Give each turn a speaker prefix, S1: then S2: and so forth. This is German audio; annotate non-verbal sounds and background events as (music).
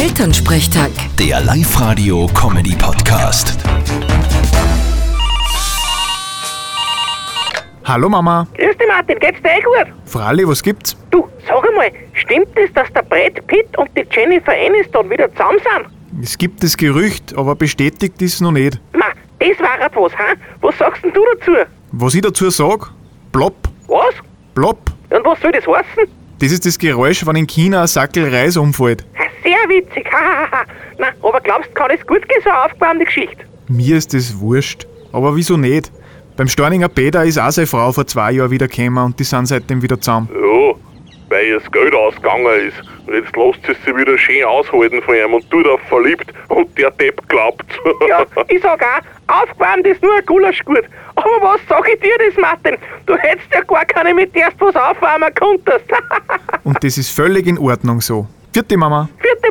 S1: Elternsprechtag.
S2: Der Live-Radio-Comedy-Podcast.
S3: Hallo Mama.
S4: Grüß dich, Martin, geht's dir eh gut?
S3: Fralli, was gibt's?
S4: Du, sag einmal, stimmt es, dass der Brad Pitt und die Jennifer Aniston wieder zusammen sind?
S3: Es gibt das Gerücht, aber bestätigt ist noch nicht.
S4: Ma, das war etwas, hä? Was sagst denn du dazu?
S3: Was ich dazu sag? Plopp,
S4: Was?
S3: plopp.
S4: Und was soll das heißen?
S3: Das ist das Geräusch, wenn in China ein Sackel Reis umfällt.
S4: Ha, Sehr witzig, hahaha. Na, aber glaubst du, kann das gut gehen, so eine aufgewärmte Geschichte?
S3: Mir ist das wurscht. Aber wieso nicht? Beim Storninger Peter ist auch seine Frau vor zwei Jahren wieder gekommen und die sind seitdem wieder zusammen.
S5: Ja, weil ihr das Geld ausgegangen ist. Und jetzt lässt sie sich wieder schön aushalten von ihm und tut auf verliebt und der Depp glaubt. (laughs)
S4: Ja, ich sag auch, aufgewärmt ist nur ein Gulaschgurt. Aber was sag ich dir das, Martin? Du hättest ja gar keine mit der du was aufwärmen konntest. (laughs)
S3: Und das ist völlig in Ordnung so. Vierte Mama.
S4: Vierte